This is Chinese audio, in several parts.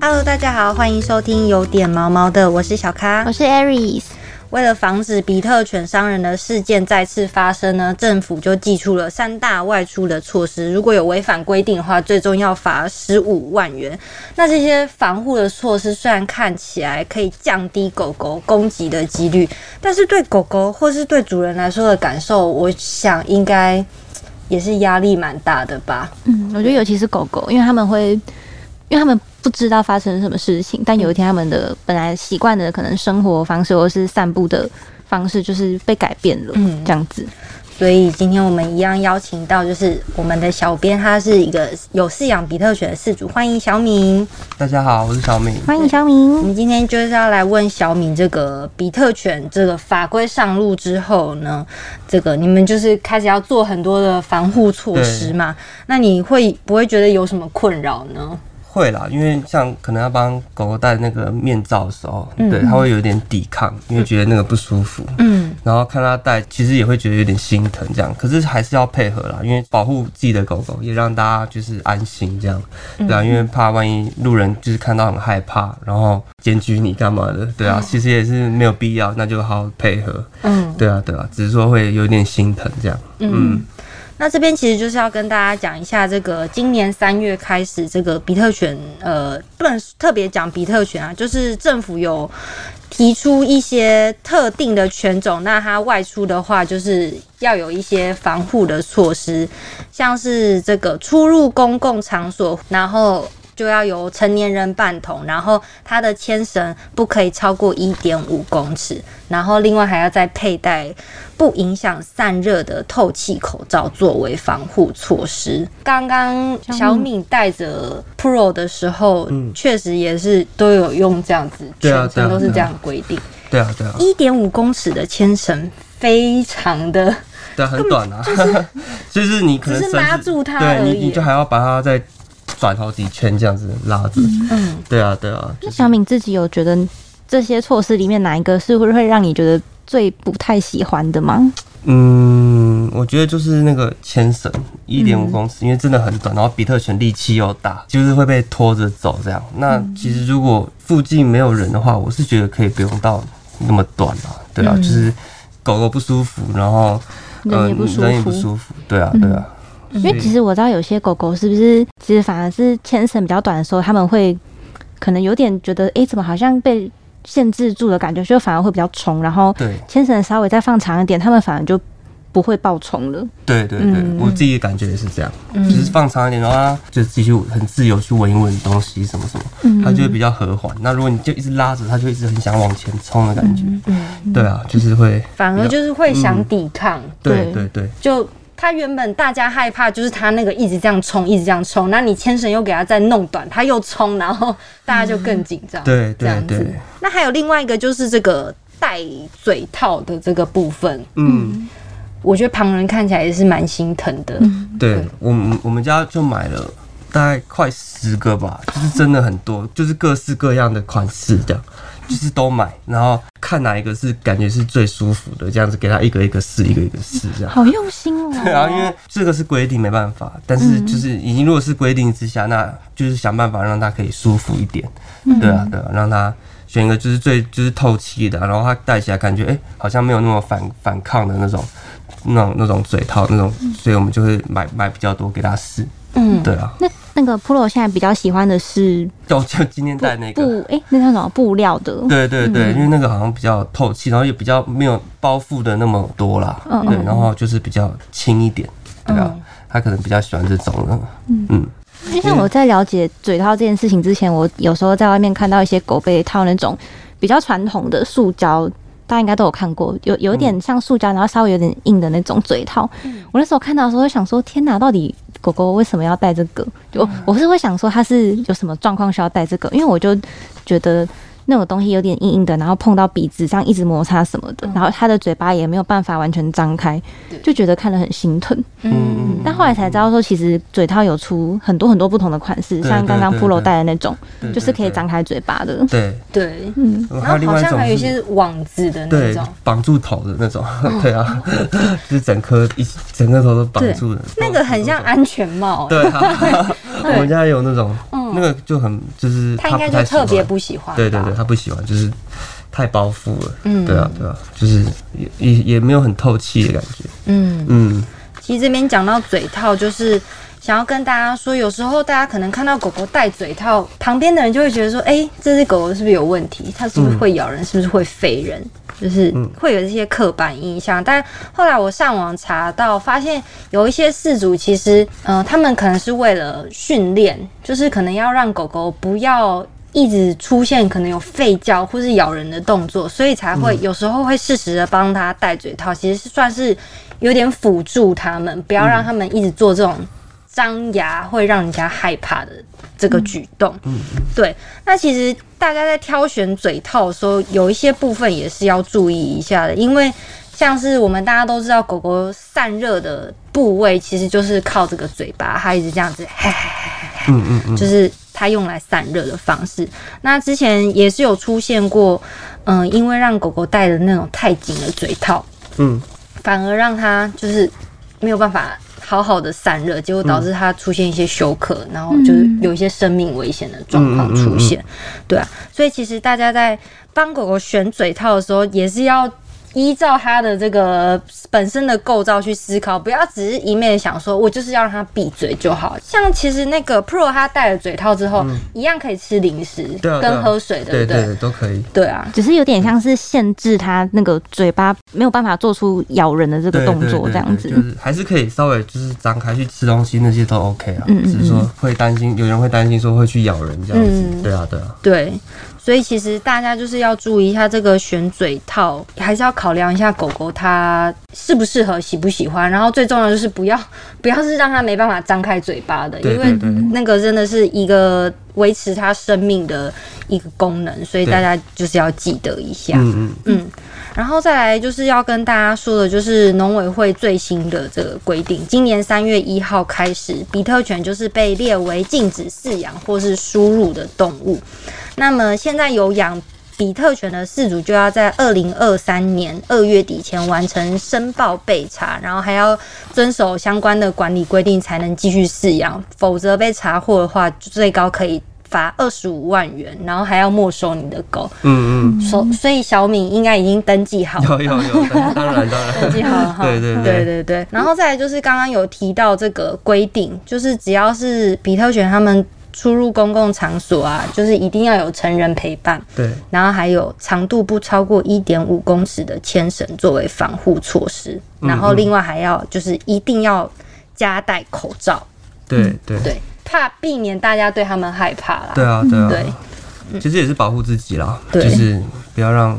Hello，大家好，欢迎收听有点毛毛的，我是小咖我。是 Aries，为了防止比特犬伤人的事件再次发生呢，政府就寄出了三大外出的措施，如果有违反规定的话，最终要罚十五万元。那这些防护的措施虽然看起来可以降低狗狗攻击的几率，但是对狗狗或是对主人来说的感受，我想应该也是压力蛮大的吧。嗯，我觉得尤其是狗狗，因为他们会，因为他们不知道发生什么事情，但有一天他们的本来习惯的可能生活方式或是散步的方式就是被改变了，嗯这样子。所以今天我们一样邀请到，就是我们的小编，他是一个有饲养比特犬的饲主，欢迎小敏。大家好，我是小敏。欢迎小我明，们今天就是要来问小敏，这个比特犬这个法规上路之后呢，这个你们就是开始要做很多的防护措施嘛？那你会不会觉得有什么困扰呢？会啦，因为像可能要帮狗狗戴那个面罩的时候，对它会有点抵抗，因为觉得那个不舒服。嗯，然后看它戴，其实也会觉得有点心疼，这样。可是还是要配合啦，因为保护自己的狗狗，也让大家就是安心这样。嗯对啊，因为怕万一路人就是看到很害怕，然后检举你干嘛的，对啊，其实也是没有必要，那就好好配合。嗯，对啊，对啊，只是说会有点心疼这样。嗯那这边其实就是要跟大家讲一下，这个今年三月开始，这个比特犬，呃，不能特别讲比特犬啊，就是政府有提出一些特定的犬种，那它外出的话，就是要有一些防护的措施，像是这个出入公共场所，然后。就要由成年人伴同，然后它的牵绳不可以超过一点五公尺，然后另外还要再佩戴不影响散热的透气口罩作为防护措施。刚刚小敏戴着 Pro 的时候，确实也是都有用这样子，对啊全程对啊都是这对啊样规定。对啊，对啊，一点五公尺的牵绳非常的， 对啊，很短啊， 就是你可能只是绳子拉住它而对已你你就还要把它再转好几圈这样子拉着，嗯，对啊对啊，就是小明自己有觉得这些措施里面哪一个是会会让你觉得最不太喜欢的吗？嗯，我觉得就是那个牵绳一点嗯五公尺，因为真的很短，然后比特犬力气又大，就是会被拖着走这样。那嗯其实如果附近没有人的话，我是觉得可以不用到那么短啊，对啊，嗯就是狗狗不舒服，然后人呃也不舒服人也不舒服，对啊对啊，嗯因为其实我知道有些狗狗是不是，其实反而是牵绳比较短的时候，他们会可能有点觉得，诶，怎么好像被限制住的感觉，就反而会比较冲。然后对牵绳稍微再放长一点，他们反而就不会爆冲了。对对对，我自己的感觉也是这样，就是放长一点的话，就继续很自由去闻一闻东西什么什么，它就会比较和缓。那如果你就一直拉着，它就一直很想往前冲的感觉。对啊，就是会，反而就是会想抵抗，对对对对就。它原本大家害怕，就是它那个一直这样冲，一直这样冲，那你牵绳又给它再弄短，它又冲，然后大家就更紧张。嗯对这对样子对，。那还有另外一个就是这个戴嘴套的这个部分，嗯，我觉得旁人看起来也是蛮心疼的。对我们我们家就买了。大概快十个吧，就是真的很多，就是各式各样的款式这样，就是都买，然后看哪一个是感觉是最舒服的，这样子给它一个一个试，一个一个试这样。好用心哦！嗯对啊，因为这个是规定，没办法。但是就是已经如果是规定之下，那就是想办法让它可以舒服一点。嗯对啊，对啊，让它选一个就是最就是透气的啊、然后它戴起来感觉哎、诶好像没有那么反反抗的那种那种那种嘴套那种，嗯所以我们就会买买比较多给它试。嗯，对啊，那那个 Pro 现在比较喜欢的是就就今天戴那个。布，诶，那叫什么布料的？对对对，嗯因为那个好像比较透气，然后也比较没有包覆的那么多啦，嗯对，然后就是比较轻一点，对啊，他可能比较喜欢这种的，嗯，就像我在了解嘴套这件事情之前，我有时候在外面看到一些狗被套那种比较传统的塑胶，大家应该都有看过，有有一点像塑胶，然后稍微有点硬的那种嘴套。我那时候看到的时候，会想说：天哪，到底狗狗为什么要戴这个？就我是会想说它是有什么状况需要戴这个，因为我就觉得。那种东西有点硬硬的，然后碰到鼻子这样一直摩擦什么的，然后它的嘴巴也没有办法完全张开，就觉得看得很心疼。嗯但后来才知道说，其实嘴套有出很多很多不同的款式，对像刚刚对 Polo 对戴的那种，对就是可以张开嘴巴的。对，对。嗯，然然后好像还有一些是是网子的那对种，绑住头 的那种，对啊， 就是整颗一整个头都绑住的，那个很像安全帽， 对啊， 我们家有那种，那个就很就是嗯他应该不就太喜特欢别不喜欢吧。对对对，他不喜欢，就是太包覆了。嗯对啊，对啊，就是也也也没有很透气的感觉。嗯。嗯，其实这边讲到嘴套，就是想要跟大家说，有时候大家可能看到狗狗戴嘴套，旁边的人就会觉得说，哎、这只狗狗是不是有问题？它是不嗯是会咬人？是不是会吠人？就是会有这些刻板印象。但后来我上网查到，发现有一些饲主其实，呃，他们可能是为了训练，就是可能要让狗狗不要。一直出现可能有吠叫或是咬人的动作，所以才会有时候会适时的帮它戴嘴套，其实是算是有点辅助他们，不要让他们一直做这种张牙会让人家害怕的这个举动。对，那其实大家在挑选嘴套的时候，有一些部分也是要注意一下的，因为像是我们大家都知道，狗狗散热的部位其实就是靠这个嘴巴，它一直这样子，嘿嘿嘿嘿嘿，嗯嗯，就是它用来散热的方式。那之前也是有出现过，嗯、因为让狗狗戴的那种太紧的嘴套，嗯，反而让它就是没有办法。好好的散热，结果导致它出现一些休克，然后就是有一些生命危险的状况出嗯现。对啊，所以其实大家在帮狗狗选嘴套的时候，也是要依照它的这个本身的构造去思考，不要只是一面地想说我就是要让它闭嘴就好。像其实那个 Pro 它戴了嘴套之后，一样可以吃零食嗯对啊，对跟啊喝水，对对不对？对，都可以。对啊，只是有点像是限制它那个嘴巴没有办法做出咬人的这个对动对作，对这样对子。就是还是可以稍微就是张开去吃东西那些都 OK 啊，嗯嗯只是说会担心，有人会担心说会去咬人这样嗯子。对啊，对啊，对，所以其实大家就是要注意一下这个选嘴套，还是要考量一下狗狗它适不适合、喜不喜欢。然后最重要就是不要不要是让它没办法张开嘴巴的，对因为对对那个真的是一个维持它生命的一个功能，所以对大家就是要记得一下。嗯嗯。嗯，然后再来就是要跟大家说的，就是农委会最新的这个规定，今年三月一号开始，比特犬就是被列为禁止饲养或是输入的动物。那么现在有养比特犬的饲主就要在二零二三年二月底前完成申报备查，然后还要遵守相关的管理规定才能继续饲养，否则被查获的话，最高可以罚二十五万元，然后还要没收你的狗。嗯所所以小敏应该已经登记好嗯，了。有有有，当当然当然，登记好了哈，对对对对对对然后再来就是刚刚有提到这个规定，就是只要是比特犬他们出入公共场所啊，就是一定要有成人陪伴，对，然后还有长度不超过一点五公尺的牵绳作为防护措施，嗯然后另外还要就是一定要加戴口罩，对对对，怕避免大家对他们害怕啦。对啊对啊，对其实也是保护自己啦，对就是不要让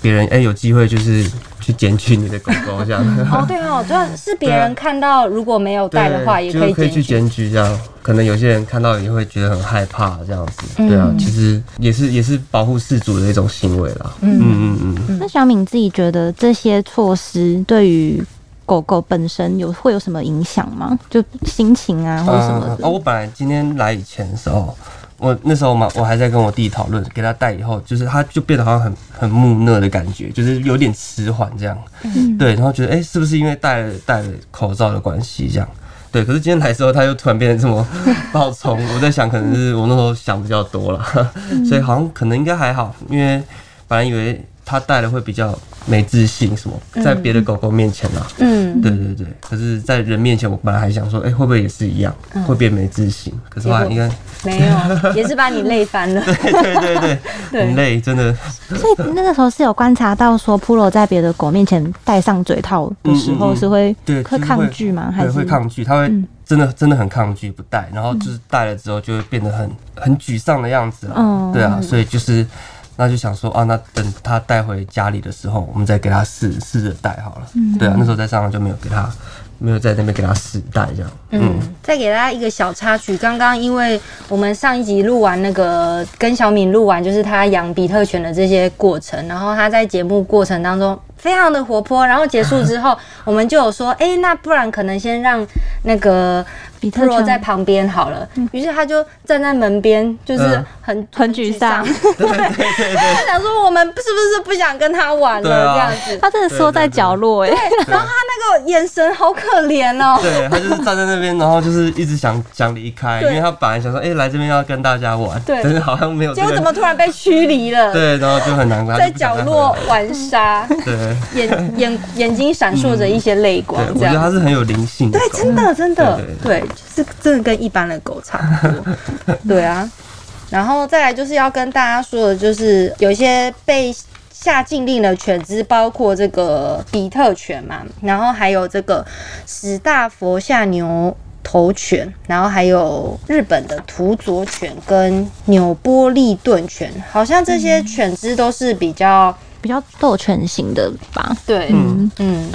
别人哎、有机会就是去检举你的狗狗这样，哦，对哦，就是别对啊人看到如果没有戴的话，也就可以是可以检去举。检举这样，可能有些人看到也会觉得很害怕这样子，嗯对啊，其实也是也是保护饲主的一种行为啦，嗯嗯嗯嗯，那小敏自己觉得这些措施对于狗狗本身有会有什么影响吗？就心情啊，或者什么呃哦，的？我本来今天来以前的时候。我那时候嘛，我还在跟我弟讨论，给他戴以后，就是他就变得好像很很木讷的感觉，就是有点迟缓这样。嗯对，然后觉得哎、诶是不是因为戴了戴了口罩的关系这样？对，可是今天来的时候，他又突然变得这么暴冲，我在想，可能是我那时候想比较 多了，所以好像可能应该还好，因为本来以为他戴了会比较没自信什么，嗯在别的狗狗面前啊，嗯，对对对，可是，在人面前，我本来还想说，哎、会不会也是一样，会变没自信？可是后来应该，没有，也是把你累翻了。对对对对，很累，真的，所以那个时候是有观察到说，Polo 在别的狗面前戴上嘴套的时嗯候嗯嗯是会对，会就是抗拒吗？还对，是会抗拒，他会真的真的很抗拒，不戴，然后就是戴了之后就会变得很很沮丧的样子啊嗯，对啊，所以就是。那就想说啊，那等他带回家里的时候，我们再给他试试着戴好了。对啊，那时候在上海就没有给他，没有在那边给他试戴这样。嗯，再给大家一个小插曲。刚刚因为我们上一集录完那个跟小敏录完，就是他养比特犬的这些过程，然后他在节目过程当中非常的活泼。然后结束之嗯后，我们就有说，哎、那不然可能先让那个比特 Pro 犬在旁边好了。嗯于是他就站在门边，就是嗯很、很沮丧 对对对对他想说，我们是不是不想跟他玩对了？啊这样子。他真的缩在角落哎、然后他那个眼神好可怜哦。对，啊他就是站在那边，然后就是一直想想离开，因对为他本来想说，哎、来这边要跟大家玩，对但是好像没有、结这个果怎么突然被驱离了？对，然后就很难过，他在啊就不想角再回落来玩沙，对眼眼眼睛闪烁着一些泪光对，，我 这觉得样他。是很有灵性的对，狗，真的真的，嗯对对，就是真的跟一般的狗差不多。对啊，然后再来就是要跟大家说的，就是有一些被下禁令的犬只，包括这个比特犬嘛，然后还有这个史大佛下牛。头犬，然后还有日本的土佐犬跟纽波利顿犬，好像这些犬只都是比较比较斗犬型的吧。对，嗯嗯，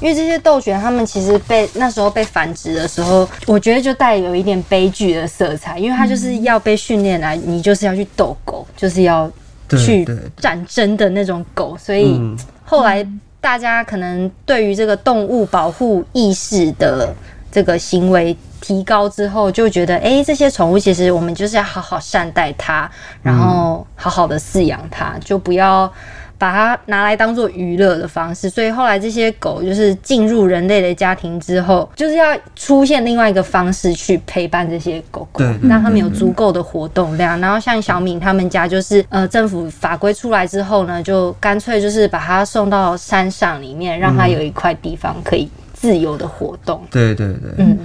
因为这些斗犬，它们其实被那时候被繁殖的时候，我觉得就带有一点悲剧的色彩，因为它嗯就是要被训练来，你就是要去斗狗，就是要对去对战争的那种狗，所以嗯后来大家可能对于这个动物保护意识的这个行为。提高之后就觉得，哎、这些宠物其实我们就是要好好善待它，然后好好的饲养它，就不要把它拿来当做娱乐的方式。所以后来这些狗就是进入人类的家庭之后，就是要出现另外一个方式去陪伴这些狗狗对，对让它们有足够的活动量。然后像小敏他们家就是，呃，政府法规出来之后呢，就干脆就是把它送到山上里面，让它有一块地方可以自由的活动。对对对，嗯，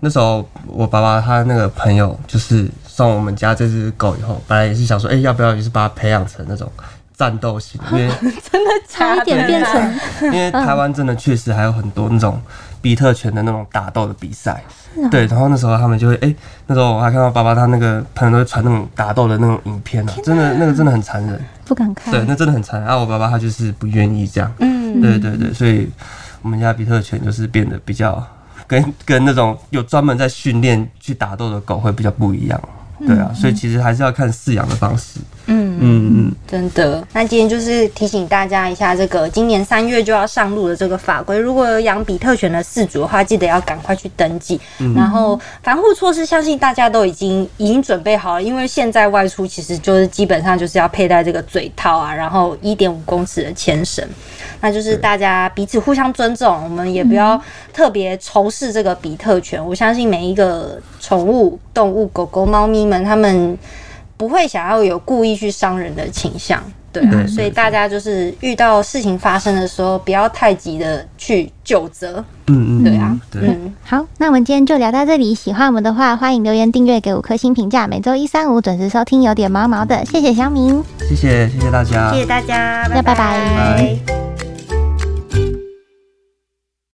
那时候我爸爸他那个朋友就是送我们家这只狗以后，本来也是想说，哎、要不要也是把它培养成那种战斗型，因为差一点啊变成嗯因为台湾真的确实还有很多那种比特犬的那种打斗的比赛，啊对，然后那时候他们就会，哎、那时候我还看到爸爸他那个朋友都会传那种打斗的那种影片啊，真的那个真的很残忍，不敢看，对，那真的很残忍。啊，我爸爸他就是不愿意这样，嗯对对对，所以我们家比特犬就是变得比较跟跟那种有专门在训练去打斗的狗会比较不一样，对啊，所以其实还是要看饲养的方式，嗯。嗯嗯，真的。那今天就是提醒大家一下，这个今年三月就要上路的这个法规，如果有养比特犬的饲主的话，记得要赶快去登记。嗯然后防护措施，相信大家都已经已经准备好了，因为现在外出其实就是基本上就是要佩戴这个嘴套啊，然后一点五公尺的牵绳。那就是大家彼此互相尊重，我们也不嗯要特别仇视这个比特犬。我相信每一个宠物、动物、狗狗、猫咪们，他们不会想要有故意去伤人的倾向，对啊，对所以大家就是遇到事情发生的时候，不要太急的去就责，嗯嗯，对啊，对，嗯，好，那我们今天就聊到这里。喜欢我们的话，欢迎留言、订阅、给五颗星评价。每周一、三、五准时收听，有点毛毛的。谢谢小敏。谢谢谢谢大家，谢谢大家，那拜拜拜拜